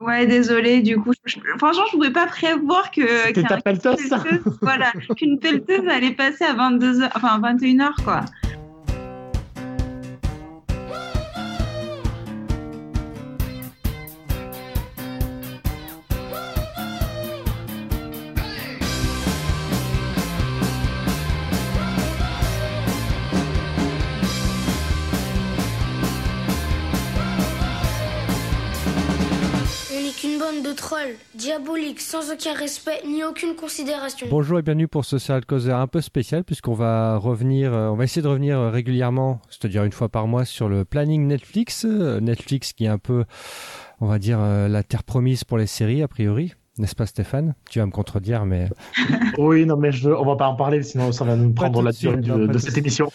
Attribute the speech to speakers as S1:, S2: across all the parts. S1: Ouais, désolé, du coup, je- je- franchement, je pouvais pas prévoir que
S2: Que
S1: qu'un-
S2: ta pelleteuse, ça.
S1: pelleteuse- voilà, qu'une pelleteuse allait passer à 22h, enfin 21h quoi.
S3: On n'est qu'une bande de trolls, diaboliques, sans aucun respect ni aucune considération.
S4: Bonjour et bienvenue pour ce serial causer un peu spécial puisqu'on va revenir, euh, on va essayer de revenir euh, régulièrement, c'est-à-dire une fois par mois sur le planning Netflix, Euh, Netflix qui est un peu, on va dire, euh, la terre promise pour les séries a priori, n'est-ce pas Stéphane Tu vas me contredire, mais
S2: Oui, non, mais je... on va pas en parler, sinon ça va nous
S4: Pas
S2: prendre
S4: tout
S2: la
S4: de suite,
S2: durée du-
S4: non,
S2: de
S4: pas tout
S2: cette
S4: de
S2: émission.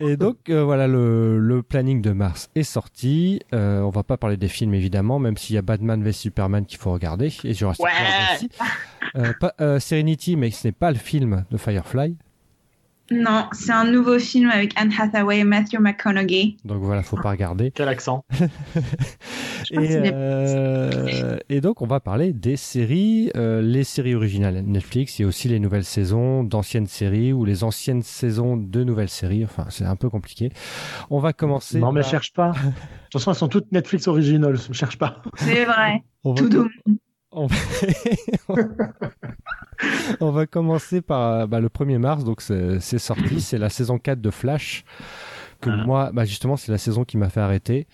S4: Et donc euh, voilà, le, le planning de mars est sorti. Euh, on va pas parler des films évidemment, même s'il y a Batman vs Superman qu'il faut regarder et Jurassic
S2: Ouais.
S4: World aussi. Euh, pas- euh, Serenity, mais ce n'est pas le film de Firefly.
S1: Non, c'est un nouveau film avec Anne Hathaway et Matthew McConaughey.
S4: Donc voilà, faut pas regarder.
S2: Quel accent
S1: pense
S4: Et,
S1: qu'il est-
S4: euh, et donc on va parler des séries, euh, les séries originales Netflix et aussi les nouvelles saisons d'anciennes séries ou les anciennes saisons de nouvelles séries. Enfin, c'est un peu compliqué. On va commencer.
S2: Non, mais
S4: par-
S2: cherche pas. De toute façon, elles sont toutes Netflix originales, cherche pas.
S1: C'est vrai,
S4: on va-
S1: tout doux.
S4: On va, on va commencer par euh, bah, le 1er mars, donc c'est c'est sorti, c'est la saison 4 de Flash, que
S2: Ah.
S4: moi, bah, justement, c'est la saison qui m'a fait arrêter,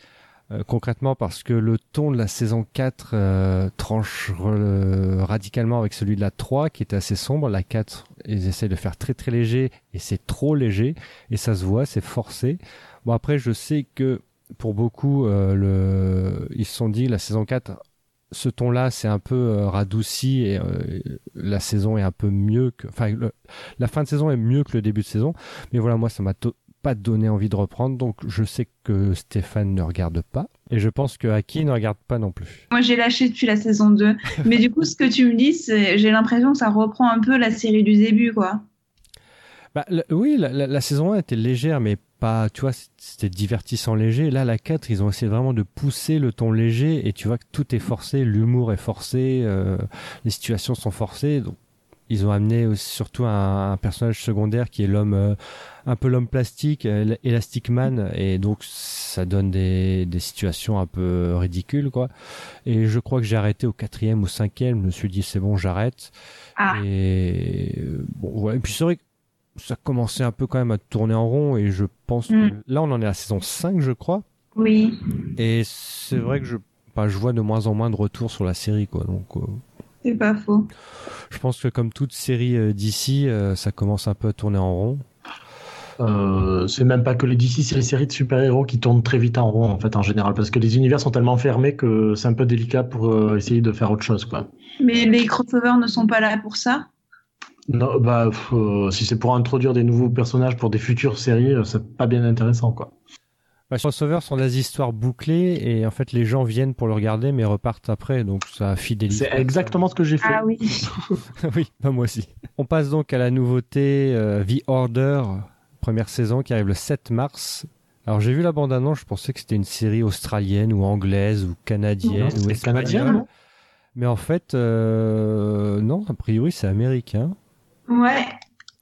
S4: euh, concrètement parce que le ton de la saison 4 euh, tranche euh, radicalement avec celui de la 3 qui était assez sombre, la 4, ils essayent de faire très très léger et c'est trop léger, et ça se voit, c'est forcé. Bon après, je sais que pour beaucoup, euh, le... ils se sont dit la saison 4, ce ton-là, c'est un peu euh, radouci et euh, la saison est un peu mieux que, enfin, le- la fin de saison est mieux que le début de saison. Mais voilà, moi, ça m'a to- pas donné envie de reprendre, donc je sais que Stéphane ne regarde pas et je pense que Aki ne regarde pas non plus.
S1: Moi, j'ai lâché depuis la saison 2. Mais du coup, ce que tu me dis, c'est j'ai l'impression que ça reprend un peu la série du début, quoi.
S4: Bah, le- oui, la, la- la saison 1 était légère, mais pas, tu vois, c'était divertissant léger. Là, la 4, ils ont essayé vraiment de pousser le ton léger et tu vois que tout est forcé, l'humour est forcé, euh, les situations sont forcées. Donc, ils ont amené aussi- surtout un, un personnage secondaire qui est l'homme, euh, un peu l'homme plastique, euh, l- Elastic Man, et donc ça donne des, des situations un peu ridicules, quoi. Et je crois que j'ai arrêté au quatrième ou cinquième, je me suis dit c'est bon, j'arrête.
S1: Ah,
S4: Et euh, bon, ouais. Et puis c'est vrai que ça commençait un peu quand même à tourner en rond et je pense que là on en est à la saison 5 je crois
S1: oui.
S4: et c'est vrai que je enfin, je vois de moins en moins de retours sur la série quoi donc euh,
S1: C'est pas faux.
S4: je pense que comme toute série euh, d'ici euh, ça commence un peu à tourner en rond
S2: Euh, c'est même pas que les DC, c'est les séries de super-héros qui tournent très vite en rond en fait en général parce que les univers sont tellement fermés que c'est un peu délicat pour euh, essayer de faire autre chose quoi.
S1: Mais les crossovers ne sont pas là pour ça.
S2: Non, bah pff, euh, si c'est pour introduire des nouveaux personnages pour des futures séries, euh, c'est pas bien intéressant quoi.
S4: Bah, les crossovers sont des histoires bouclées et en fait les gens viennent pour le regarder mais repartent après donc ça fidélise
S2: C'est
S4: personne.
S2: exactement ce que j'ai fait.
S1: Ah oui.
S4: oui, bah moi aussi. On passe donc à la nouveauté euh, The Order, première saison qui arrive le 7 mars. Alors j'ai vu la bande-annonce, je pensais que c'était une série australienne ou anglaise ou canadienne
S2: Non,
S4: ou
S2: c'est
S4: espagnole.
S2: canadien, non
S4: Mais en fait, euh, non, a priori c'est américain.
S1: Ouais.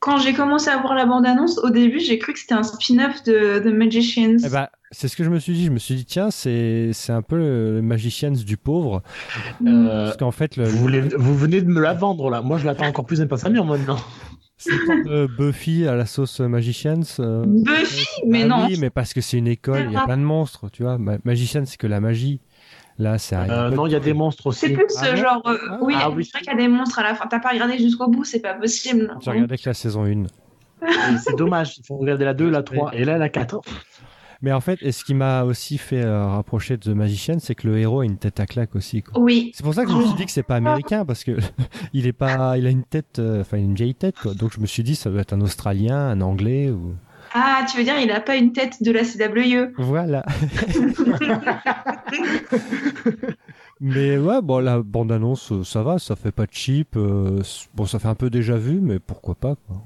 S1: Quand j'ai commencé à voir la bande-annonce, au début, j'ai cru que c'était un spin-off de The Magicians.
S4: Eh ben, c'est ce que je me suis dit. Je me suis dit tiens, c'est c'est un peu le, le Magicians du pauvre,
S2: Euh,
S4: parce qu'en fait le,
S2: vous, voulez- vous venez de me la vendre là. Moi je l'attends encore plus impatiemment maintenant.
S4: c'est une sorte de Buffy à la sauce Magicians. euh,
S1: Buffy, mais
S4: Ah
S1: non. Ah.
S4: Oui, mais parce que c'est une école, il y a plein de monstres, tu vois. Ma- Magicienne, c'est que la magie. Là, c'est un-
S2: Euh, non, il y a des monstres
S1: C'est
S2: aussi.
S1: plus
S4: Ah
S1: euh,
S4: bon
S1: genre. euh,
S4: Ah,
S1: oui,
S2: ah
S1: on
S2: oui.
S1: dirait qu'il y a des monstres à la fin. T'as pas regardé jusqu'au bout, c'est pas possible.
S4: J'ai regardé que la saison 1.
S2: Et C'est dommage. Il faut regarder la 2, la 3 et là la 4.
S4: Mais en fait, et ce qui m'a aussi fait euh, rapprocher de The Magician, c'est que le héros a une tête à claque aussi. quoi.
S1: Oui.
S4: C'est pour ça que je me suis dit que c'est pas américain parce que il est pas, il a une tête, euh, enfin une vieille tête. Quoi. Donc je me suis dit ça doit être un Australien, un Anglais ou
S1: Ah, tu veux dire, il a pas une tête de la E. CWE.
S4: voilà. Mais ouais, bon, la bande-annonce, euh, ça va, ça fait pas cheap. euh, c- bon, ça fait un peu déjà vu, mais pourquoi pas, quoi.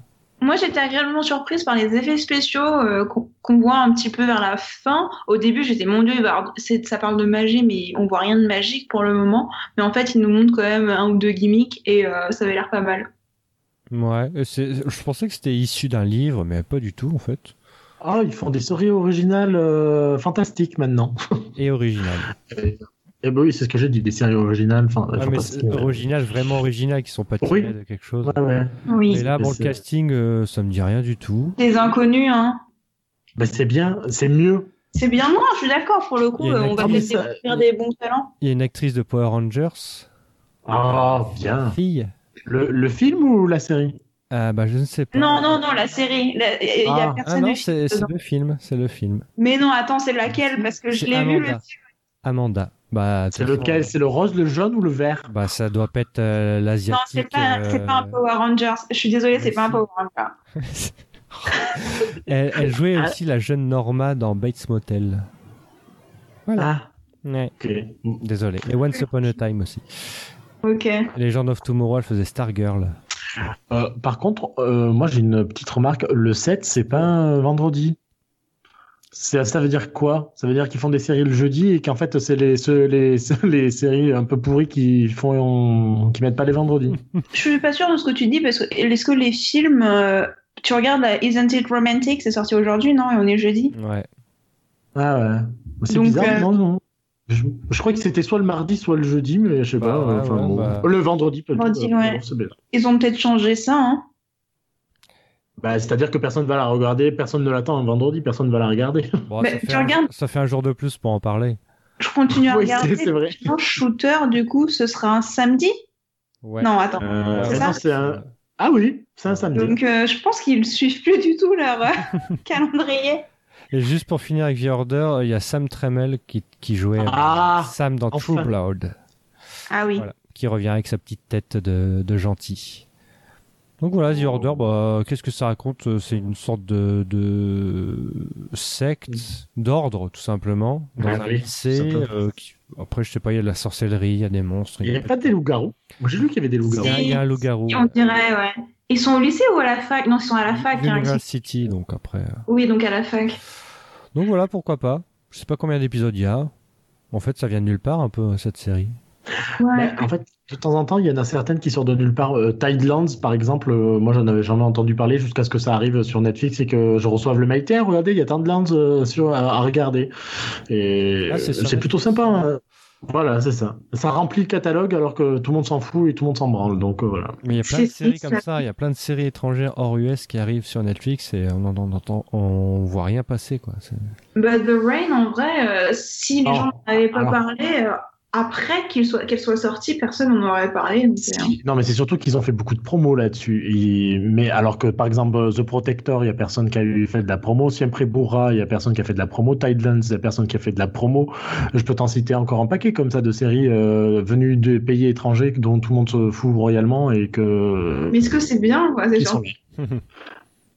S1: Moi, j'étais agréablement surprise par les effets spéciaux euh, qu'on qu'on voit un petit peu vers la fin. Au début, j'étais mon dieu, il va y avoir- c'est- ça parle de magie, mais on voit rien de magique pour le moment. Mais en fait, ils nous montrent quand même un ou deux gimmicks et euh, ça avait l'air pas mal.
S4: Ouais, et c'est- je pensais que c'était issu d'un livre, mais pas du tout en fait.
S2: Ah, ils font des séries originales euh, fantastiques maintenant.
S4: Et original.
S2: Eh ben oui, c'est ce que j'ai dit, des séries originales. Enfin,
S4: Ah, mais c'est
S2: fantastiques.
S4: original, vraiment original, qui sont pas tirés
S2: Oui.
S4: de quelque chose.
S2: Ouais, ouais.
S1: Oui.
S4: Et là, bon, le
S2: C'est-
S4: casting, euh, ça me dit rien du tout.
S1: Des inconnus, hein.
S2: Bah, c'est bien, c'est mieux.
S1: C'est bien moi, je suis d'accord pour le coup.
S4: Il y a
S1: euh,
S4: une
S1: On va peut-être
S2: actrice, euh,
S1: découvrir des bons talents.
S4: Il y a une actrice de Power Rangers,
S2: Ah, bien.
S4: fille.
S2: Le, le film ou la série
S4: Ah bah je ne sais pas.
S1: Non, non, non, la série. la- Il y a
S2: Ah,
S4: Ah
S1: personne
S4: non,
S1: du film
S4: c'est c'est
S1: dedans.
S4: le film, c'est le film.
S1: Mais non, attends, c'est laquelle Parce que je
S4: C'est
S1: l'ai vu. Le...
S4: Amanda. Amanda. Bah, de
S2: C'est
S4: toute façon,
S2: lequel C'est le rose, le jaune ou le vert
S4: Bah ça doit pas être euh,
S1: Non,
S4: l'asiatique.
S1: c'est pas,
S4: euh,
S1: c'est pas un Power Rangers. Je suis désolée,
S4: mais
S1: c'est pas un
S4: si.
S1: Power Rangers.
S4: elle, elle jouait
S2: Ah.
S4: aussi la jeune Norma dans Bates Motel.
S2: Ah,
S4: Ouais.
S2: ok.
S4: Désolé. Et Once Upon a Time aussi.
S1: Ok.
S4: Les gens of Tomorrow, elle faisait Stargirl.
S2: Euh, par contre, euh, moi j'ai une petite remarque. Le 7, c'est pas un vendredi. C'est- Ça veut dire quoi Ça veut dire qu'ils font des séries le jeudi et qu'en fait, c'est les, ceux- les, ceux- les séries un peu pourries qui, font, qui mettent pas les vendredis.
S1: Je suis pas sûre de ce que tu dis parce que est-ce que les films, euh, tu regardes euh, Isn't It Romantic, c'est sorti aujourd'hui, non Et on est jeudi.
S4: Ouais.
S2: Ah ouais. Mais C'est
S1: Donc,
S2: bizarre,
S1: euh,
S2: non, non. Je, je crois que c'était soit le mardi, soit le jeudi, mais je sais
S4: Bah,
S2: pas.
S4: ouais,
S2: enfin,
S4: ouais,
S2: bon.
S4: bah.
S2: Le vendredi, peut-être.
S1: Vendredi,
S2: euh,
S1: ouais.
S2: bon, c'est bien.
S1: Ils ont peut-être changé ça. Hein
S2: Bah, C'est-à-dire que personne va la regarder, personne ne l'attend un vendredi, personne ne va la regarder.
S4: Bon,
S1: Mais
S4: ça, fait
S1: tu
S4: un,
S1: regardes-
S4: ça fait un jour de plus pour en parler.
S1: je continue à
S2: Oui,
S1: regarder.
S2: c'est c'est vrai.
S1: Non, Shooter, du coup, ce sera un samedi
S4: Ouais.
S1: Non, attends.
S2: Euh,
S1: C'est
S2: non,
S1: ça
S2: c'est un... Ah oui, c'est un samedi.
S1: Donc euh, je pense qu'ils suivent plus du tout leur euh, calendrier.
S4: Et juste pour finir avec The Order, il y a Sam Tremel qui, qui jouait euh,
S2: Ah,
S4: Sam dans
S2: enfin.
S4: True Blood,
S1: Ah oui.
S4: Voilà. qui revient avec sa petite tête de, de gentil. Donc voilà, The Order, bah, qu'est-ce que ça raconte C'est une sorte de, de secte, d'ordre tout simplement, dans
S2: Ah
S4: un
S2: oui, ça
S4: lycée.
S2: peut.
S4: euh, qui- Après, je sais pas, il y a de la sorcellerie, il y a des monstres.
S2: Il n'y avait pas des loups-garous Moi, J'ai lu qu'il y avait des
S4: Il y
S2: loups-garous.
S4: a- il y a un loup-garou.
S1: On dirait, ouais. Ils sont au lycée ou à la fac Non, ils sont à la fac. hein, ils sont-
S4: University, donc après. euh.
S1: Oui, donc à la fac.
S4: Donc voilà, pourquoi pas. Je sais pas combien d'épisodes il y a. En fait, ça vient de nulle part un peu cette série.
S1: Ouais.
S2: Mais en fait, de temps en temps, il y en a certaines qui sortent de nulle part. Euh, Tidelands, par exemple, euh, moi j'en avais jamais entendu parler jusqu'à ce que ça arrive sur Netflix et que je reçoive le mail. Tiens, regardez, il y a Tidelands euh, sur, à, à regarder. Et
S4: Ah, c'est sur
S2: c'est plutôt
S4: Netflix.
S2: sympa. hein. Voilà, c'est ça. Ça remplit le catalogue alors que tout le monde s'en fout et tout le monde s'en branle. Donc euh, voilà.
S4: Mais il y a plein de
S1: C'est
S4: séries
S1: triste,
S4: comme
S1: ça.
S4: ça, il y a plein de séries étrangères hors US qui arrivent sur Netflix et on en on entend, on voit rien passer quoi. C'est-
S1: But Bah, The Rain, en vrai, euh, si les
S2: Oh.
S1: gens n'en avaient pas
S2: Alors.
S1: parlé, euh, après qu'il soit- qu'elle soit sortie, personne n'en aurait parlé. donc, euh,
S2: Non, mais c'est surtout qu'ils ont fait beaucoup de promos là-dessus. Et- Mais alors que, par exemple, euh, The Protector, il y a personne qui a eu fait de la promo. Siempre Burra, il y a personne qui a fait de la promo. Tidelands, il y a personne qui a fait de la promo. Je peux t'en citer encore un paquet comme ça de séries euh, venues de pays étrangers dont tout le monde se fout royalement et que.
S1: Mais est-ce que c'est bien quoi, c'est
S2: qui
S1: genre-
S2: sont là.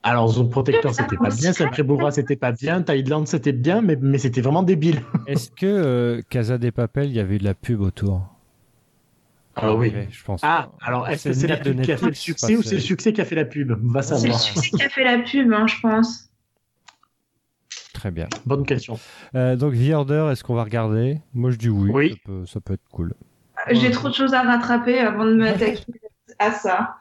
S2: Alors, The Protector, c'était pas bien. Siempre Burra, c'était pas bien. Tidelands, c'était bien, mais, mais c'était vraiment débile.
S4: Est-ce que euh, Casa des Papel, il y avait eu de la pub autour Ouais, Je pense.
S2: Ah, alors est-ce que c'est la
S4: net de
S2: pub qui a fait le
S4: Netflix,
S2: succès
S4: ça,
S2: ou c'est le succès qui a fait la pub Va
S1: C'est le
S2: savoir.
S1: succès qui a fait la pub, hein, je pense.
S4: Très bien.
S2: Bonne question.
S4: Euh, donc The Order, est-ce qu'on va regarder Moi, je dis oui.
S2: Oui.
S4: Ça peut, ça peut être cool.
S1: J'ai trop de choses à rattraper avant de m'attaquer à ça.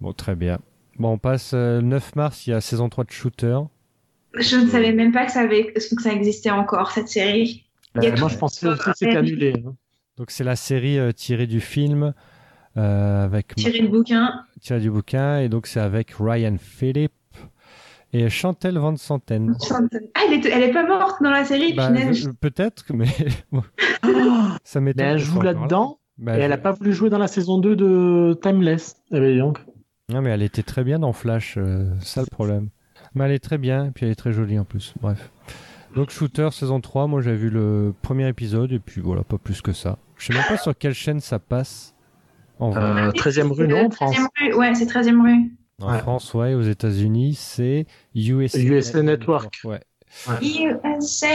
S4: Bon, très bien. Bon, on passe euh, le 9 mars, il y a saison 3 de Shooter.
S1: Je ne savais même pas que ça, avait- que ça existait encore, cette série. Il y a
S2: Euh,
S1: tout-
S2: moi, je pensais aussi que c'était
S1: Ouais.
S2: annulé. hein.
S4: Donc c'est la série euh, tirée du film euh, avec Ma-
S1: Tiré le bouquin.
S4: tirée du bouquin et donc c'est avec Ryan Phillip et Chantel Van Santen.
S1: Ah, elle est, elle est pas morte dans la série,
S4: Bah,
S1: punaise.
S4: je- Peut-être, mais bon, ça
S2: Mais
S4: m'étonne.
S2: elle
S4: qu'elle
S2: joue
S4: soit encore
S2: là-dedans
S4: là. Bah,
S2: et elle
S4: je-
S2: a pas voulu jouer dans la saison 2 de Timeless. Eh ben, dis donc.
S4: Non, mais elle était très bien dans Flash, euh, ça le problème. Mais elle est très bien, et puis elle est très jolie en plus. Bref. Donc Shooter saison 3, moi j'ai vu le premier épisode et puis voilà, pas plus que ça. Je sais même pas sur quelle chaîne ça passe. En, vrai.
S2: Euh, 13e rue,
S1: Euh,
S2: non, en France
S1: 13e rue, Ouais, c'est 13e rue.
S4: en
S2: ouais.
S4: France, ouais, aux États-Unis, c'est USA,
S2: USA Network.
S4: Ouais.
S1: E USA.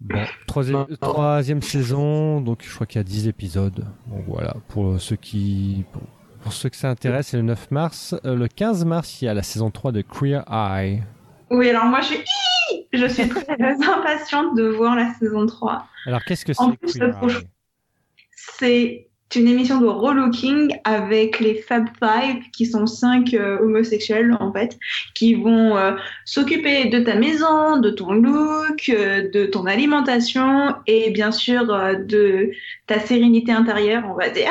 S4: Bon, troisième,
S2: Non.
S4: troisième saison, donc je crois qu'il y a 10 épisodes. Donc voilà, pour ceux qui. pour- Pour ceux que ça intéresse, c'est le 9 mars. Euh, le 15 mars, il y a la saison 3 de Queer Eye.
S1: Oui, alors moi, je suis, Hi je suis très impatiente de voir la saison 3.
S4: Alors, qu'est-ce que
S1: En
S4: c'est
S1: plus,
S4: Queer
S1: le prochain-
S4: Eye
S1: C'est une émission de relooking avec les Fab Five, qui sont cinq euh, homosexuels, en fait, qui vont euh, s'occuper de ta maison, de ton look, euh, de ton alimentation et bien sûr euh, de ta sérénité intérieure, on va dire.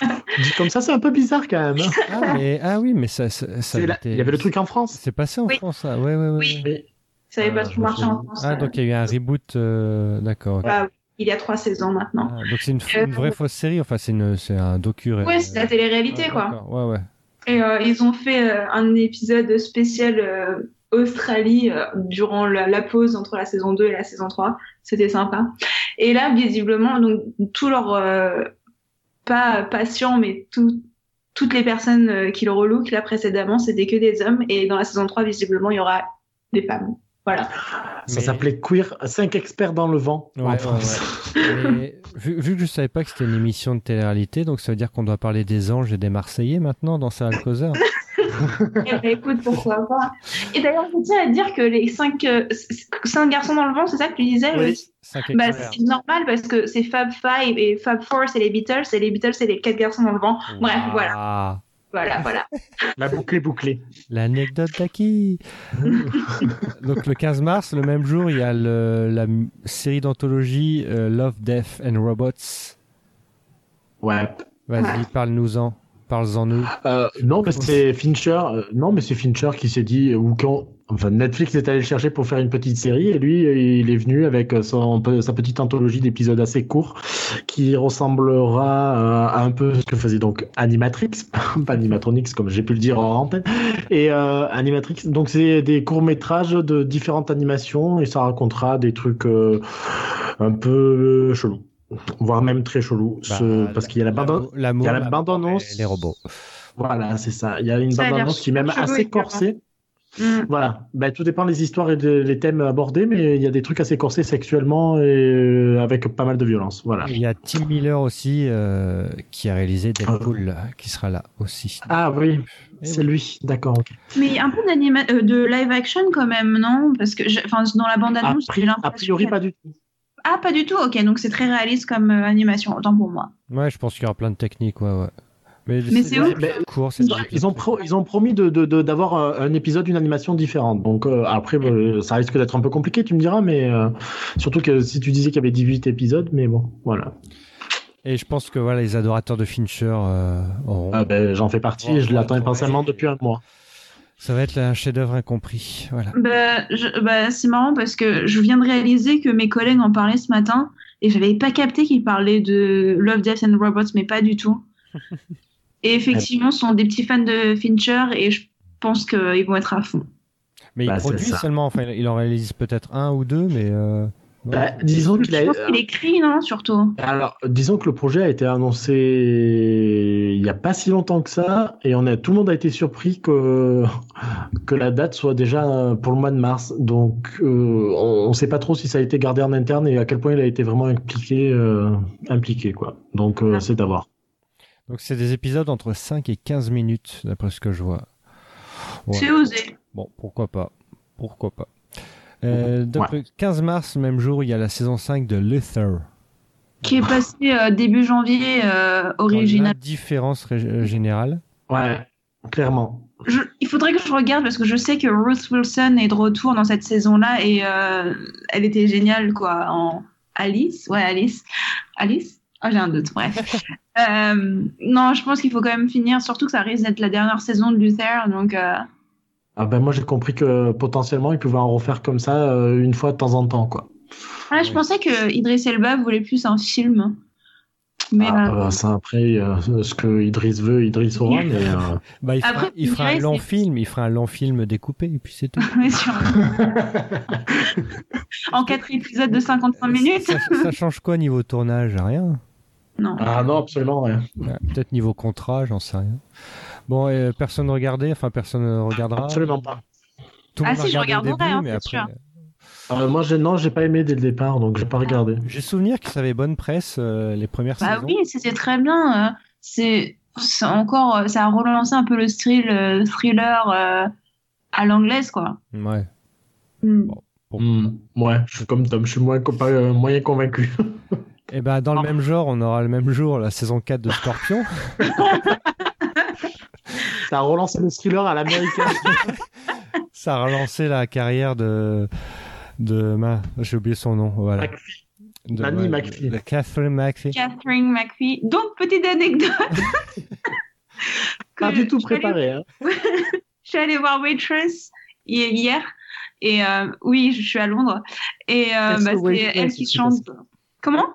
S2: Dit comme ça, c'est un peu bizarre quand même. hein.
S4: ah, mais- ah oui, mais ça, ça, ça
S2: C'est la-
S4: était-
S2: Il y avait le truc en France.
S4: C'est passé en
S1: Oui.
S4: France, ça. Ouais, ouais, ouais.
S1: Oui.
S2: Mais-
S1: Ça n'avait
S4: Ah,
S1: pas
S4: je
S1: trop
S4: me
S1: marché
S4: souviens.
S1: en France.
S4: Ah, donc il y a eu un reboot. euh, D'accord. ok.
S1: Bah, il y a trois saisons maintenant.
S4: Ah, donc c'est une,
S1: Euh,
S4: une vraie fausse série. Enfin, c'est une- c'est un docu.
S1: Ouais, c'est la télé-réalité,
S4: Ah,
S1: quoi.
S4: d'accord. Ouais, ouais.
S1: Et euh, ils ont fait euh, un épisode spécial euh, Australie euh, durant la, la pause entre la saison 2 et la saison 3. C'était sympa. Et là, visiblement, donc tous leurs euh, pas patients, mais tout- toutes les personnes euh, qui le relookent là précédemment, c'était que des hommes. Et dans la saison 3, visiblement, il y aura des femmes. Voilà.
S2: Ça
S4: Mais-
S2: s'appelait Queer, 5 experts dans le vent
S4: Ouais,
S2: en
S4: ouais,
S2: France.
S4: Mais vu, vu que je savais pas que c'était une émission de télé-réalité, donc ça veut dire qu'on doit parler des anges et des Marseillais maintenant dans sa Alcosa.
S1: Eh ben, écoute, pourquoi pas. Et d'ailleurs, je tiens à dire que les cinq, euh, c- cinq garçons dans le vent, c'est ça que tu disais
S2: Oui.
S1: le-
S4: Cinq
S1: Bah,
S4: experts.
S1: c'est normal parce que c'est Fab Five et Fab Four, c'est les Beatles, et les Beatles, c'est les quatre garçons dans le vent. Bref,
S4: Waouh.
S1: voilà, voilà, voilà.
S2: La boucle est bouclée.
S4: L'anecdote d'acquis. donc le 15 mars, le même jour, il y a le- la m- série d'anthologie euh, Love, Death and Robots.
S2: Ouais.
S4: Vas-y, parle-nous-en. Parle-en nous.
S2: Euh, non, mais c'est Fincher. euh, non, mais c'est Fincher qui s'est dit euh, ou quand. Enfin, Netflix est allé le chercher pour faire une petite série et lui, euh, il est venu avec euh, son, pe- sa petite anthologie d'épisodes assez courts qui ressemblera euh, à un peu ce que faisait donc Animatrix, pas Animatronics comme j'ai pu le dire en antenne, et euh, Animatrix. Donc c'est des courts métrages de différentes animations et ça racontera des trucs euh, un peu euh, chelous, voire même très chelous, ce-
S4: Bah,
S2: parce qu'il y a la bande.
S4: l'amour- l'amour,
S2: il y a la
S4: l'amour
S2: bande-annonce.
S4: et Les robots.
S2: Voilà, c'est ça. Il y a une
S1: Ça a l'air
S2: bande-annonce qui est même
S1: super chelou,
S2: assez
S1: évidemment.
S2: corsée.
S1: Mm.
S2: Voilà. Ben, tout dépend des histoires et des les thèmes abordés, mais il y a des trucs assez corsés sexuellement et euh, avec pas mal de violence. Voilà.
S4: Il y a Tim Miller aussi euh, qui a réalisé Deadpool, qui sera là aussi.
S2: Ah oui,
S4: Eh
S2: c'est
S4: oui.
S2: lui. D'accord. ok.
S1: Mais un peu d'anima- euh, de live action quand même, non Parce que j'ai- enfin, dans la bande
S2: A,
S1: annonce,
S2: pri- a priori, pas du tout.
S1: Ah, pas du tout, ok, donc c'est très réaliste comme euh, animation, autant pour moi.
S4: Ouais, je pense qu'il y aura plein de techniques, ouais, ouais. Mais,
S1: c'est
S2: Ouais,
S1: ouf.
S2: ben,
S4: court, c'est
S2: ils, ont,
S4: des
S2: ils ont pro- ils ont promis de- de- de- d'avoir euh, un épisode, une animation différente. Donc euh, après,
S1: Eh.
S2: euh, ça risque d'être un peu compliqué, tu me diras, mais euh, surtout que si tu disais qu'il y avait 18 épisodes, mais bon, voilà.
S4: Et je pense que voilà, les adorateurs de Fincher euh, auront.
S2: Ah, ben, J'en fais partie,
S4: Ouais,
S2: je l'attends
S4: ouais,
S2: impatiemment
S4: ouais.
S2: depuis un mois.
S4: Ça va être un chef-d'œuvre incompris. Voilà.
S1: Bah, je- bah, c'est marrant parce que je viens de réaliser que mes collègues en parlaient ce matin et j'avais pas capté qu'ils parlaient de Love, Death and Robots, mais pas du tout. Et effectivement, ce sont des petits fans de Fincher et je pense qu'ils vont être à fond.
S4: Mais il
S2: Bah, c'est
S4: produit
S2: ça.
S4: seulement, enfin, il en réalise peut-être un ou deux, mais. euh, non.
S2: Bah, disons qu'il
S1: Je
S2: a, euh,
S1: pense qu'il écrit, non, surtout.
S2: Alors, disons que le projet a été annoncé il n'y a pas si longtemps que ça, et on a, tout le monde a été surpris que, que la date soit déjà euh, pour le mois de mars. Donc, euh, on ne sait pas trop si ça a été gardé en interne et à quel point il a été vraiment impliqué, euh, impliqué quoi. Donc, euh,
S1: Ah.
S2: c'est d'avoir.
S4: Donc c'est des épisodes entre 5 et 15 minutes, d'après ce que je vois. Ouais.
S1: C'est osé.
S4: Bon, pourquoi pas. Pourquoi pas. Euh, donc, le 15 mars, le même jour, il y a la saison 5 de Luther.
S1: qui est passé euh, début janvier euh, original.
S4: Différence générale.
S2: Ouais, clairement.
S1: Je- il faudrait que je regarde parce que je sais que Ruth Wilson est de retour dans cette saison-là et euh, elle était géniale quoi en Alice, ouais Alice, Alice. Ah j'ai un doute, bref. Euh, non, je pense qu'il faut quand même finir, surtout que ça risque d'être la dernière saison de Luther, donc euh,
S2: Ah ben, moi, j'ai compris que potentiellement, il pouvait en refaire comme ça euh, une fois de temps en temps, quoi.
S1: voilà, je
S4: Ouais.
S1: pensais que Idris Elba voulait plus un film, mais
S2: Ah,
S1: euh,
S2: euh, ça, après, euh, ce que Idriss veut, Idriss aura, mais. euh,
S1: Ah.
S4: Bah, il fera,
S1: Après,
S4: il
S1: je
S4: fera un
S1: dirais,
S4: long
S1: c'est-
S4: film, il fera un long film découpé, et puis c'est tout.
S1: mais sur- en quatre épisodes de 55 minutes,
S4: Ça, ça change quoi niveau tournage Rien.
S1: non.
S2: Ah non, absolument rien.
S4: Ouais, Peut-être niveau contrat, j'en sais rien. Bon, et, euh, personne ne regardait, enfin personne ne regardera.
S2: Absolument pas.
S4: Tout le
S1: Ah
S4: monde a
S1: si, je
S4: regardé au
S1: regarderai,
S4: début,
S1: hein,
S4: mais
S1: c'est
S4: après.
S2: Euh, moi, j'ai, non, j'ai pas aimé dès le départ, donc j'ai pas regardé.
S4: J'ai souvenir que ça avait bonne presse euh, les premières
S1: Bah
S4: saisons.
S1: oui, c'était très bien. euh, C'est ça encore, ça a relancé un peu le thrill, euh, thriller euh, à l'anglaise, quoi.
S4: Ouais.
S1: Mm.
S2: Hmm, ouais, je suis comme Tom, je suis moins, compa- euh, moyen convaincu.
S4: Et ben dans le même genre, on aura le même jour la saison 4 de Scorpion.
S2: Ça a relancé le thriller à l'américaine.
S4: Ça a relancé la carrière de de ma, j'ai oublié son nom. Voilà.
S2: McPhee.
S4: De,
S2: Nanny McPhee.
S4: de Catherine McPhee.
S1: Catherine McPhee. Donc, petite anecdote.
S2: Pas
S1: que
S2: du tout
S1: je suis allée-
S2: préparé. hein.
S1: Je suis allée voir Waitress hi- hier. Et euh, oui, je suis à Londres. Et euh,
S2: Est-ce
S1: bah,
S2: que
S1: c'est
S2: Waitress,
S1: elle qui
S2: c'est
S1: chante. Comment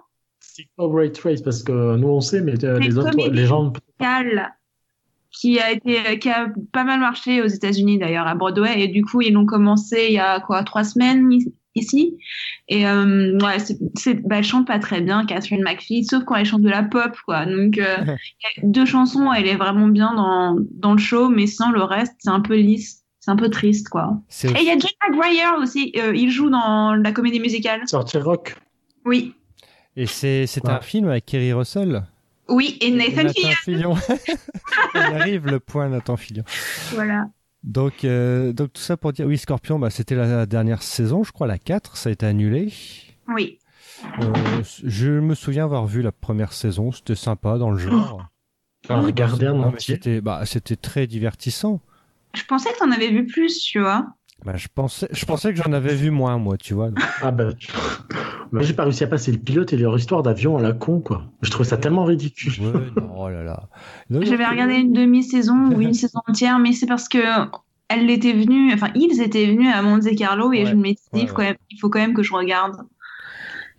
S2: C'est pas Great Race parce que nous on sait, mais euh,
S1: Mais
S2: les autres,
S1: comédie.
S2: les gens.
S1: musical qui a été euh, qui a pas mal marché aux États-Unis d'ailleurs à Broadway et du coup ils l'ont commencé il y a quoi trois semaines i- ici et euh, ouais c'est, c'est bah, elle chante pas très bien Catherine McPhee sauf quand elle chante de la pop quoi donc euh, il y a deux chansons elle est vraiment bien dans dans le show mais sans le reste c'est un peu lisse c'est un peu triste quoi
S4: C'est
S1: et il y a John McGuire aussi euh, il joue dans la comédie musicale
S2: Sortir rock.
S1: oui
S4: Et c'est c'est
S2: Ouais.
S4: un film avec Kerry Russell.
S1: oui et Nathan
S4: Nathan
S1: Fillion
S4: Fillion. Il arrive le point Nathan Fillion.
S1: voilà
S4: Donc, euh, donc tout ça pour dire, oui, Scorpion, bah, c'était la dernière saison, je crois, la 4, ça a été annulé.
S1: oui
S4: Euh, je me souviens avoir vu la première saison, c'était sympa dans le genre.
S2: Alors, regardez en
S4: Non, Ah, mais
S2: entier.
S4: C'était bah, c'était très divertissant.
S1: je pensais que t'en avais vu plus tu vois
S4: Bah, je, pensais, je pensais que j'en avais vu moins, moi, tu vois.
S2: Ah ben, moi, j'ai pas réussi à passer le pilote et leur histoire d'avion à la con quoi. Je trouve ça tellement ridicule.
S4: Ouais, non, oh là là. Donc,
S1: J'avais regardé une demi-saison ou une saison entière, mais c'est parce que elle était venue, enfin ils étaient venus à Monte Carlo et
S4: Ouais,
S1: je me suis dit,
S4: ouais,
S1: quand même- il faut quand même que je regarde.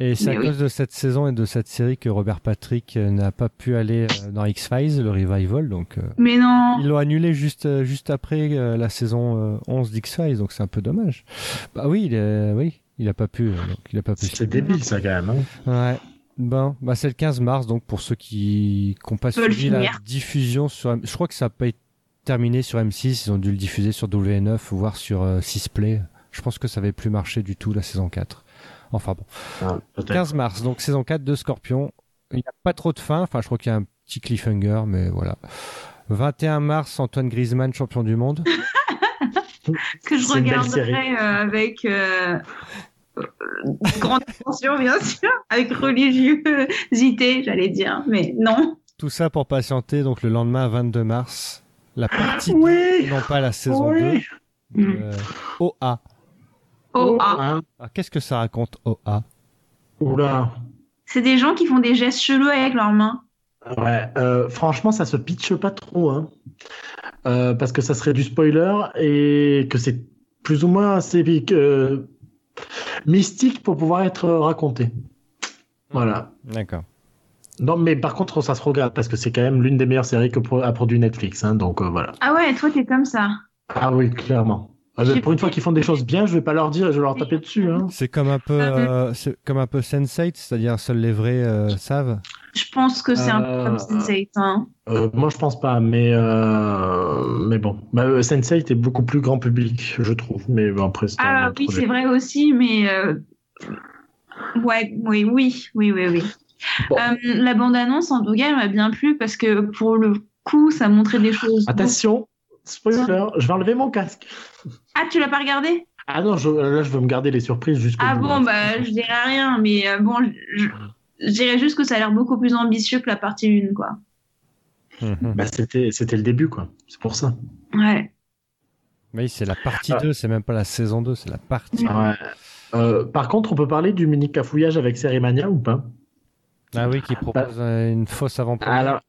S4: Et c'est à
S1: Mais oui.
S4: cause de cette saison et de cette série que Robert Patrick euh, n'a pas pu aller euh, dans X-Files, le revival. Donc, euh,
S1: Mais non,
S4: ils l'ont annulé juste, euh, juste après euh, la saison euh, 11 d'X-Files, donc c'est un peu dommage. Bah oui, il, est- oui, il a pas pu. euh, donc il a pas pu.
S2: C'est débile ça quand même. hein.
S4: Ouais. Bon, bah c'est le 15 mars, donc pour ceux qui n'ont pas
S1: Veulent
S4: suivi la
S1: finir.
S4: diffusion sur. M- Je crois que ça n'a pas été terminé sur M6, ils ont dû le diffuser sur W9, voire sur euh, 6play. Je pense que ça avait plus marché du tout la saison 4. Enfin bon.
S2: Ah, peut-être.
S4: 15 mars, donc saison 4 de Scorpion. Il n'y a pas trop de fin, enfin je crois qu'il y a un petit cliffhanger, mais voilà. 21 mars, Antoine Griezmann, champion du monde.
S1: que je
S2: c'est une belle
S1: regarderai
S2: série.
S1: euh, avec euh, euh, grande attention, bien sûr, avec religiosité, j'allais dire, mais non.
S4: Tout ça pour patienter, donc le lendemain 22 mars, la partie,
S2: Oui.
S4: non pas la saison
S2: oui.
S4: 2,
S1: Mm.
S4: euh, OA.
S1: Oh, ah.
S2: Hein.
S4: Alors, qu'est-ce que ça raconte OA
S2: Oula.
S1: C'est des gens qui font des gestes chelous avec leurs mains.
S2: Ouais, euh, franchement, ça se pitche pas trop, hein. Euh, parce que ça serait du spoiler et que c'est plus ou moins assez euh, mystique pour pouvoir être raconté. Voilà.
S4: D'accord.
S2: Non, mais par contre, ça se regarde parce que c'est quand même l'une des meilleures séries que pro- a produit Netflix, hein, donc euh, voilà.
S1: Ah ouais, toi t'es comme ça.
S2: Ah oui, clairement. Ah, mais
S1: J'ai-
S2: pour une fois qu'ils font des choses bien, je vais pas leur dire, je vais leur taper dessus. Hein.
S4: C'est comme un peu, euh, c'est comme un peu Sense8, c'est-à-dire seuls les vrais euh, savent.
S1: Je pense que c'est un peu
S2: Euh,
S1: comme hein. Sensei.
S2: Euh, moi, je pense pas, mais euh, mais bon. Bah, euh, Sense8 est beaucoup plus grand public, je trouve. Mais bon, après, c'est un
S1: Ah
S2: autre
S1: oui,
S2: sujet.
S1: c'est vrai aussi, mais euh, ouais, oui, oui, oui, oui, oui.
S2: Bon.
S1: Euh, la bande-annonce, en tout cas, elle m'a bien plu parce que pour le coup, ça montrait des choses.
S2: Ah, Attention, spoiler, je vais enlever mon casque.
S1: Ah, tu l'as pas regardé
S2: Ah non, je, là, je veux me garder les surprises jusqu'au
S1: Ah
S2: bout.
S1: bon, bah, je dirais rien, mais euh, bon, je, je dirais juste que ça a l'air beaucoup plus ambitieux que la partie 1, quoi.
S4: Mhm.
S2: Bah, c'était, c'était le début, quoi. C'est pour ça.
S1: Ouais.
S4: Oui, c'est la partie
S2: Ah.
S4: 2, c'est même pas la saison 2, c'est la partie.
S2: Ouais. Euh, par contre, on peut parler du mini cafouillage avec Sérimania ou pas
S4: Ah oui, qui propose euh, une fausse avant-première.
S2: Alors,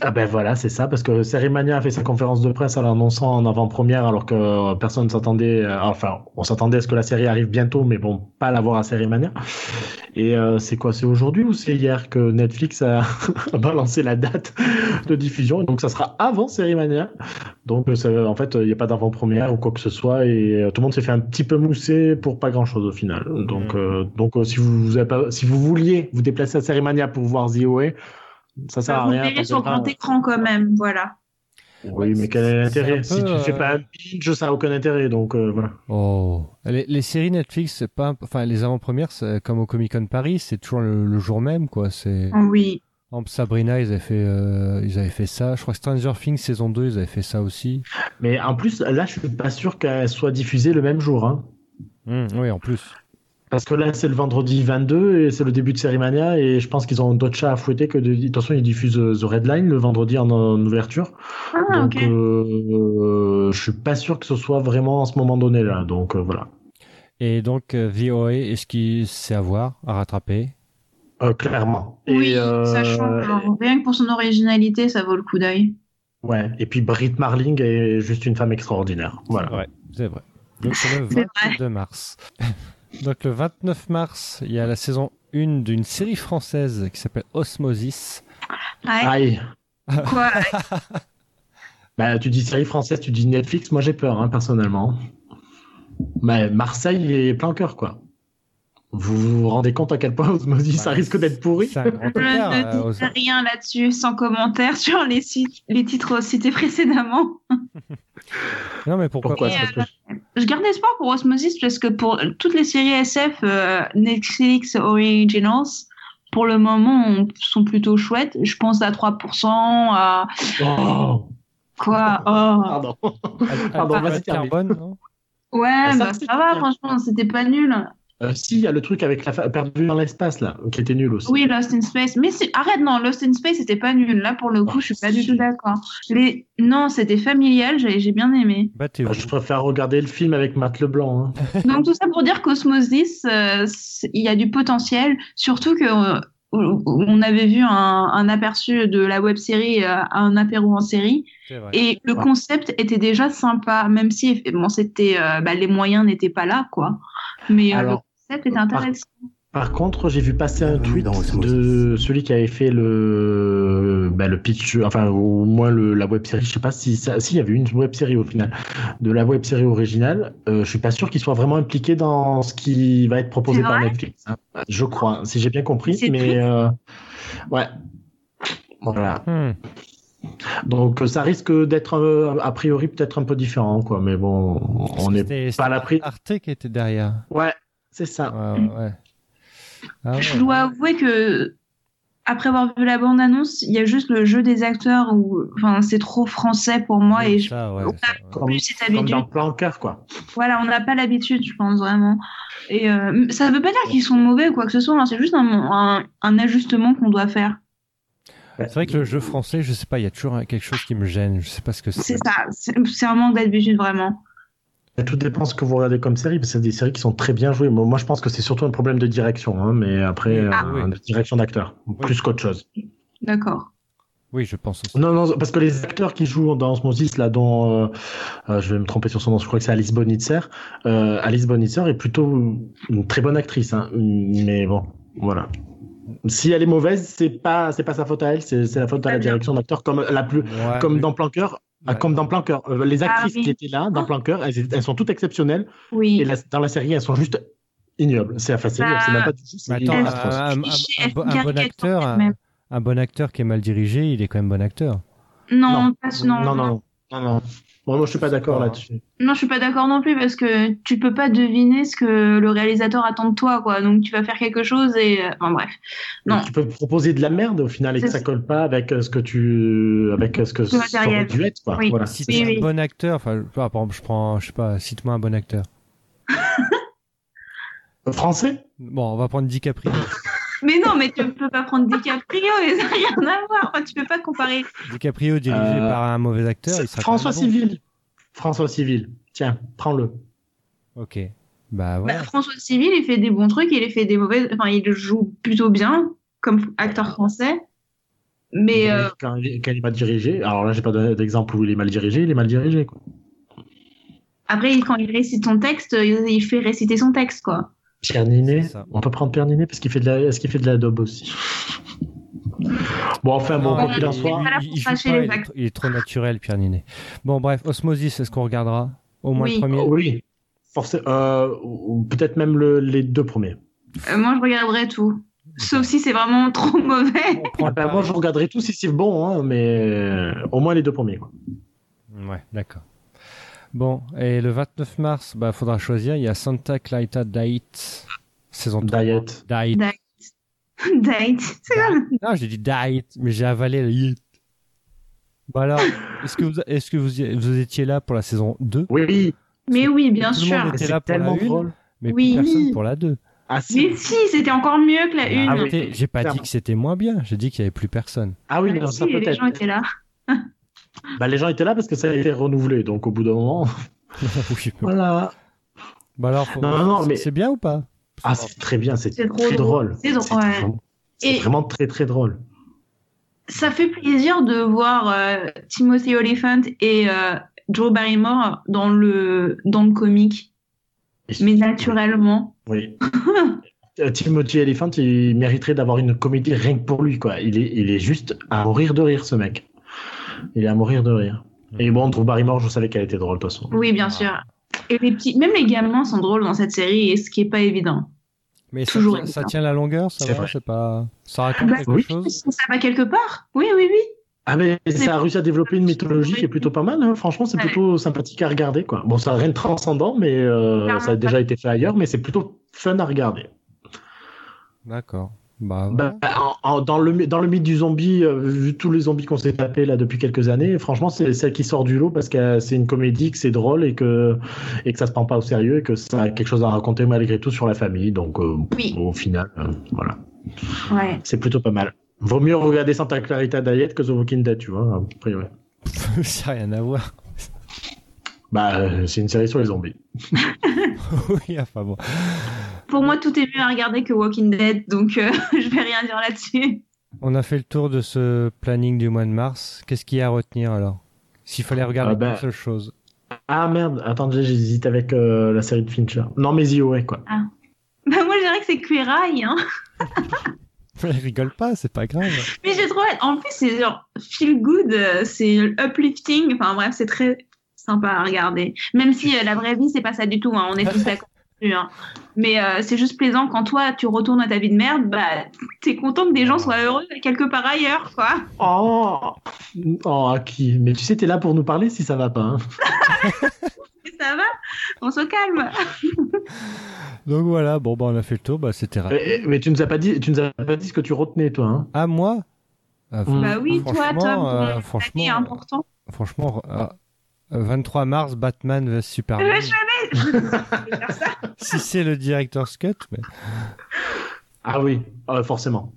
S2: ah ben voilà, c'est ça, parce que Sérimania a fait sa conférence de presse en l'annonçant en avant-première, alors que euh, personne ne s'attendait, euh, enfin, on s'attendait à ce que la série arrive bientôt, mais bon, pas la voir à Sérimania. Et euh, c'est quoi, c'est aujourd'hui ou c'est hier que Netflix a, a balancé la date de diffusion, donc ça sera avant Sérimania. Donc euh, ça- en fait, il n'y a pas d'avant-première ou quoi que ce soit, et euh, tout le monde s'est fait un petit peu mousser pour pas grand-chose au final. Donc,
S4: Mhm.
S2: euh, donc euh, si, vous, vous avez pas- si vous vouliez vous déplacer à Sérimania pour voir The OA, ça sert
S1: Bah,
S2: à
S1: vous
S2: rien.
S1: verrez sur
S2: t'inquiète
S1: grand
S2: pas.
S1: écran quand même, voilà.
S2: Oui, mais quel est
S4: C'est un
S2: l'intérêt Si
S4: peu,
S2: tu ne fais
S4: euh,
S2: pas un binge, ça n'a aucun intérêt. Donc euh, voilà.
S4: Oh. Les, les séries Netflix, c'est
S2: Mm.
S4: pas, imp- enfin les avant-premières, c'est comme au Comic Con Paris, c'est toujours le, le jour même, quoi. C'est
S1: Ah, Oui.
S4: En Sabrina, ils avaient, fait, euh, ils avaient fait ça. Je crois que Stranger Things saison 2, ils avaient fait ça aussi.
S2: Mais en plus, là, je suis pas sûr qu'elle soit diffusée le même jour. Hein.
S4: Mmh, oui, en plus.
S2: Parce que là, c'est le vendredi 22 et c'est le début de Sérimania et je pense qu'ils ont d'autres chats à fouetter que de... de toute façon, ils diffusent euh, The Red Line le vendredi en, en ouverture.
S1: Ah,
S2: donc,
S1: ok.
S2: euh, je suis pas sûr que ce soit vraiment à ce moment donné là. Donc euh, voilà.
S4: Et donc, euh, VOA, est-ce qu'il c'est à voir, à rattraper
S2: Euh, clairement.
S1: Oui,
S2: et, euh,
S1: ça change. Alors, Rien que pour son originalité, ça vaut le coup d'œil.
S2: Ouais. Et puis Britt Marling est juste une femme extraordinaire. Voilà.
S4: Ouais, c'est vrai. Donc, c'est le
S1: C'est vrai.
S4: 22 mars. Donc, le 29 mars, il y a la saison 1 d'une série française qui s'appelle Osmosis.
S1: Ouais,
S2: Aïe.
S1: quoi
S2: Bah, tu dis série française, tu dis Netflix, moi j'ai peur, hein, personnellement. Mais Marseille est plein cœur, quoi. Vous vous rendez compte à quel point Osmosis, ça
S4: Bah,
S2: risque d'être pourri
S4: C'est un grand
S1: Je
S4: écart, euh,
S1: ne
S4: aux-
S1: dis rien là-dessus, sans commentaire sur les, sites- les titres cités précédemment.
S4: Non, mais pourquoi,
S2: Pourquoi
S4: pas
S2: ça
S1: euh,
S2: se fait
S1: Je garde espoir pour Osmosis parce que pour toutes les séries SF euh, Netflix Originals, pour le moment, on- sont plutôt chouettes. Je pense à 3%, à
S2: Oh,
S1: quoi oh.
S2: pardon.
S4: Al-
S2: Pardon,
S4: Al-
S2: vas-y,
S4: Al-
S2: termine.
S4: Carbone, non
S1: Ouais,
S2: Ça,
S1: bah,
S2: c'est
S1: ça va,
S2: bien.
S1: franchement, c'était pas nul.
S2: Euh, si, il y a le truc avec la fa- perdue dans l'espace, là, qui était nul aussi.
S1: Oui, Lost in Space. Mais c'est- arrête, non, Lost in Space, c'était pas nul. Là, pour le coup,
S2: Oh,
S1: je suis pas du
S2: si.
S1: tout d'accord. Les... Non, c'était familial, j'ai j'ai bien aimé.
S4: Bah, t'es
S2: Bah,
S4: où
S2: Je préfère regarder le film avec Matt Leblanc. hein.
S1: Donc, tout ça pour dire qu'Osmosis, euh, c'est- il y a du potentiel, surtout que. euh, on avait vu un, un aperçu de la web série euh, Un apéro en série
S4: C'est vrai.
S1: et le
S2: Ouais.
S1: concept était déjà sympa même si bon c'était euh, bah, les moyens n'étaient pas là quoi mais euh,
S2: Alors,
S1: le concept était intéressant
S2: Par contre, j'ai vu passer un
S5: Bienvenue
S2: tweet
S5: dans Osmosis.
S2: de celui qui avait fait le, bah, le pitch, enfin, au moins le, la web série. Je sais pas si ça, s'il y avait une web série au final, de la web série originale. Euh, je suis pas sûr qu'il soit vraiment impliqué dans ce qui va être proposé
S1: C'est
S2: par
S1: vrai
S2: Netflix. hein. Je crois, si j'ai bien compris.
S1: C'est
S2: Mais
S1: triste.
S2: euh, ouais, voilà.
S4: Hmm.
S2: Donc ça risque d'être euh, a priori peut-être un peu différent, quoi. Mais bon, on n'est
S4: C'était-
S2: pas à l'abri.
S4: c'était Arte qui était derrière.
S2: Ouais, c'est ça.
S4: Ouais, ouais, ouais. Ah, ouais.
S1: Je dois avouer que après avoir vu la bande-annonce, il y a juste le jeu des acteurs où, enfin, c'est trop français pour moi et je
S4: Ça, ouais,
S1: on a-
S4: ça, ouais.
S1: en
S2: Comme,
S1: plus c'est
S2: comme
S1: habitude.
S2: dans Plan Cœur, quoi.
S1: Voilà, on n'a pas l'habitude, je pense vraiment. Et euh, ça veut pas dire qu'ils sont mauvais ou quoi que ce soit. hein, c'est juste un, un- un ajustement qu'on doit faire.
S4: C'est vrai que le jeu français, je sais pas, il y a toujours quelque chose qui me gêne. Je sais pas ce que c'est.
S1: C'est ça. C'est c'est un manque d'habitude vraiment.
S2: Tout dépend ce que vous regardez comme série, parce que c'est des séries qui sont très bien jouées. Moi, moi, je pense que c'est surtout un problème de direction, hein, mais après,
S4: Ah,
S2: euh,
S4: oui.
S2: de direction d'acteur, plus qu'autre chose.
S1: D'accord.
S4: Oui, je pense aussi.
S2: Non, non, parce que les acteurs qui jouent dans Osmosis, là, dont euh, euh, je vais me tromper sur son nom, je crois que c'est Alice Bonitzer. Euh, Alice Bonitzer est plutôt une très bonne actrice, hein, mais bon, voilà. Si elle est mauvaise, c'est pas, c'est pas sa faute à elle, c'est c'est la faute à la
S1: Très bien.
S2: direction d'acteur, comme la plus,
S4: Ouais,
S2: comme
S4: mais-
S2: dans Plan Cœur. ah,
S4: Ah ouais.
S2: Comme dans Plan Cœur. Euh, Les actrices
S1: Ah oui.
S2: qui étaient là, dans Plan Cœur, elles, elles sont toutes exceptionnelles.
S1: Oui.
S2: Et la- dans la série, elles sont juste ignobles. C'est enfin, c'est ignoble,
S1: Bah,
S2: c'est même pas du tout.
S4: Mais
S2: c'est
S4: attends, euh,
S2: ignoble.
S4: un, un- un- un bon- un bon
S1: Caricature,
S4: acteur, un,
S1: même.
S4: un bon acteur qui est mal dirigé, il est quand même bon acteur.
S1: Non,
S2: non.
S1: passe-
S2: non, non, non, non, non. Bon, moi, je suis pas d'accord
S4: pas,
S2: là-dessus.
S1: Non, je suis pas d'accord non plus parce que tu peux pas deviner ce que le réalisateur attend de toi, quoi. Donc tu vas faire quelque chose et euh, enfin bref. Non.
S2: Tu peux proposer de la merde au final et que
S1: C'est-
S2: ça colle pas avec euh, ce que tu, avec euh, ce que
S1: Le
S2: ça
S1: matériel.
S2: aurait dû être, quoi.
S1: Oui.
S2: Voilà.
S4: Si
S1: Oui,
S4: t'es
S1: oui.
S4: un bon acteur, enfin, je- par exemple, je prends, je sais pas, cite-moi un bon acteur.
S2: Euh, Français
S4: Bon, on va prendre DiCaprio.
S1: Mais non, mais tu peux pas prendre DiCaprio et ça n'a rien à voir. Enfin, tu peux pas comparer.
S4: DiCaprio dirigé
S2: Euh,
S4: par un mauvais acteur,
S2: C'est
S4: il sera
S2: François
S4: quand même bon.
S2: Civil. François Civil. Tiens, prends-le.
S4: Ok. Bah
S1: Bah,
S4: voilà.
S1: François Civil, il fait des bons trucs, il fait des mauvais. Enfin, il joue plutôt bien comme acteur français. Mais euh,
S2: Quand, il- quand il est mal dirigé, alors là, j'ai pas donné d'exemple où il est mal dirigé, il est mal dirigé, quoi.
S1: après, quand il récite son texte, euh, il il fait réciter son texte, quoi.
S2: Pierre Ninet.
S4: C'est ça.
S2: On peut prendre Pierre Ninet parce qu'il fait de la, est-ce qu'il fait de la daube aussi Bon, enfin, bon,
S4: Non,
S2: quoi qu'il en
S4: il-
S2: soit.
S1: Voilà,
S4: il-
S1: pour
S4: il joue
S1: cracher
S4: pas,
S1: les
S4: il est
S1: actes.
S4: tr- il est trop naturel, Pierre Ninet. Bon, bref, Osmosis, est-ce qu'on regardera au moins le
S1: Oui.
S4: premier
S2: Oh, Oui, forcément. Euh, ou- ou peut-être même le- les deux premiers.
S1: Euh, moi, je regarderai tout. Sauf si c'est vraiment trop mauvais.
S4: On prend
S2: Ah
S4: le
S2: bah, moi, je
S4: pari.
S2: regarderai tous si c'est bon, hein, mais euh, au moins les deux premiers. quoi.
S4: Ouais, d'accord. Bon, et le 29 mars, bah, faudra choisir. Il y a Santa Clarita Diet, saison 3.
S2: Diet.
S4: Diet.
S1: Date. C'est comme-
S4: Non, j'ai dit diet, mais j'ai avalé le yit. Bon alors, est-ce que, vous, est-ce que vous, y- vous étiez là pour la saison 2
S2: Oui,
S1: Mais oui, bien
S4: Tout le monde
S1: sûr.
S4: était
S2: c'est
S4: Ah, là pour la
S2: tellement
S4: une.
S2: drôle.
S4: Mais
S1: Oui.
S4: plus personne pour la 2.
S2: Ah, si.
S1: Mais si, c'était encore mieux que la une.
S4: Ah,
S2: oui.
S4: arrêtez, j'ai pas dit
S2: Clairement.
S4: que c'était moins bien, j'ai dit qu'il y avait plus personne.
S2: Ah oui,
S1: Ah,
S2: non,
S1: si,
S2: ça peut
S1: les
S2: être.
S1: gens étaient là.
S2: Bah, les gens étaient là parce que ça a été renouvelé, donc au bout d'un moment.
S4: Oui.
S2: Voilà.
S4: Bon alors, faut-
S2: Non, non, non,
S4: c'est-
S2: mais-
S4: c'est bien ou pas
S2: Ah, c'est très bien, c'est
S1: C'est
S2: très
S1: drôle.
S2: drôle.
S1: C'est drôle,
S2: C'est
S1: ouais.
S2: vraiment- c'est
S1: Et-
S2: vraiment très très drôle.
S1: Ça fait plaisir de voir euh, Timothy Oliphant et euh, Joe Barrymore dans le, dans le comique, mais naturellement.
S2: Oui. Euh, Timothy Elephant, il mériterait d'avoir une comédie rien que pour lui, quoi. Il est, il est juste à mourir de rire, ce mec. Il est à mourir de rire. Et bon, trouve Barrymore, je savais qu'elle était drôle, de toute façon.
S1: Oui, bien sûr. Et les petits, même les gamins sont drôles dans cette série, et ce qui est pas évident.
S4: Mais ça,
S1: Toujours
S4: tient-
S1: aimé
S4: ça
S1: ça.
S4: tient la longueur, ça
S2: C'est
S4: va,
S2: vrai.
S4: c'est pas... Ça raconte
S1: Bah,
S4: quelque
S2: oui.
S4: chose
S1: Ça va quelque part Oui, oui, oui.
S2: Ah, mais ça a réussi à développer une mythologie qui est plutôt pas mal, hein. Franchement, c'est
S1: Ouais.
S2: plutôt sympathique à regarder, quoi. Bon, ça n'a rien de transcendant, mais euh,
S1: Clairement
S2: ça a déjà été fait ailleurs, mais c'est plutôt fun à regarder.
S4: D'accord. Bah,
S2: Bah,
S4: voilà.
S2: en- en- dans, le, dans le mythe du zombie, euh, vu tous les zombies qu'on s'est tapés là depuis quelques années, franchement, c'est celle qui sort du lot parce que euh, c'est une comédie, que c'est drôle et que, et que ça se prend pas au sérieux et que ça a quelque chose à raconter malgré tout sur la famille. Donc, euh,
S1: Oui.
S2: au final, euh, voilà.
S1: Ouais.
S2: C'est plutôt pas mal. Vaut mieux regarder Santa Clarita Diet que The Walking Dead, tu vois, a priori.
S4: ça n'a rien à voir.
S2: Bah, euh, c'est une série sur les zombies.
S4: oui, enfin bon.
S1: Pour moi, tout est mieux à regarder que Walking Dead, donc euh, je vais rien dire là-dessus.
S4: On a fait le tour de ce planning du mois de mars. Qu'est-ce qu'il y a à retenir alors S'il fallait regarder
S2: Ah ben-
S4: qu'une seule chose.
S2: Ah merde, attends, j'hésite avec euh, la série de Fincher. Non, mais The Away, quoi.
S1: Bah, moi, je dirais que c'est Queeraille, hein.
S4: Rigole pas, c'est pas grave.
S1: Mais j'ai trop hâte. En plus, c'est genre feel good, euh, c'est uplifting. Enfin bref, c'est très sympa à regarder. Même si euh, la vraie vie, c'est pas ça du tout. hein. On est tous d'accord. dessus, hein. Mais euh, c'est juste plaisant quand toi, tu retournes à ta vie de merde, bah, t'es content que des gens soient heureux quelque part ailleurs, quoi.
S2: Oh, oh qui Mais tu sais, t'es là pour nous parler si ça va pas. hein.
S1: Et ça va, on se calme.
S4: Donc voilà, bon bah on a fait le tour, bah c'était rapide.
S2: Mais, Eh, mais tu nous as pas dit, tu nous as pas dit ce que tu retenais, toi. hein.
S4: Ah moi Ah, fr-
S1: Bah oui, toi,
S4: Franchement,
S1: Tom,
S4: euh,
S1: ton
S4: franchement,
S1: avis est important.
S4: Franchement, ah, euh, 23 mars, Batman vs Superman.
S1: Ouais, je
S4: si c'est le director's cut. mais-
S2: Ah oui, euh, forcément.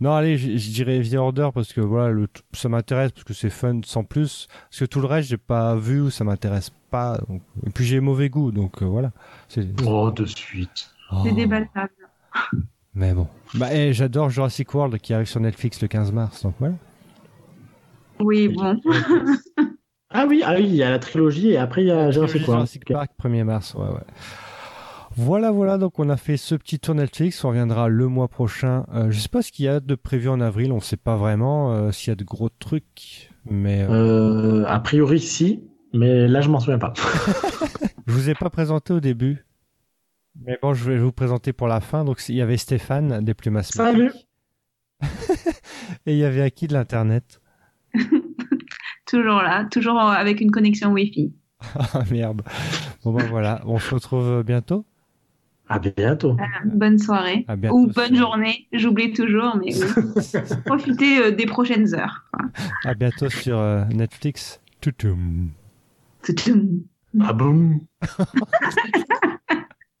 S4: Non, allez, je je dirais The Order parce que voilà, le t- ça m'intéresse parce que c'est fun sans plus. Parce que tout le reste, j'ai pas vu, ça m'intéresse pas. donc- Et puis j'ai mauvais goût, donc euh, voilà. C'est
S2: Oh, de suite.
S4: Oh.
S1: C'est débattable.
S4: Mais bon. Bah, eh, j'adore Jurassic World qui arrive sur Netflix le 15 mars, donc voilà.
S1: Oui, bon.
S2: Ah oui, ah oui, il y a la trilogie et après il y a Ah, Jurassic World.
S4: Jurassic Park 1er mars, ouais, ouais. Voilà, voilà, donc on a fait ce petit tour Netflix, on reviendra le mois prochain. Euh, je sais pas ce qu'il y a de prévu en avril, on sait pas vraiment euh, s'il y a de gros trucs, mais euh,
S2: Euh, a priori, si, mais là je m'en souviens pas.
S4: je vous ai pas présenté au début. Mais bon, je vais vous présenter pour la fin. Donc il y avait Stéphane des Plumas
S2: Salut.
S4: et il y avait Aki de l'Internet.
S1: toujours là, toujours euh, avec une connexion Wi-Fi.
S4: Ah merde. Bon ben voilà, on se retrouve bientôt.
S2: À bientôt.
S1: Bonne soirée.
S4: À bientôt.
S1: Ou bonne journée, j'oublie toujours, mais oui. profitez euh, des prochaines heures.
S4: À bientôt sur euh, Netflix. Toutoum.
S1: Toutoum.
S2: Ah boum.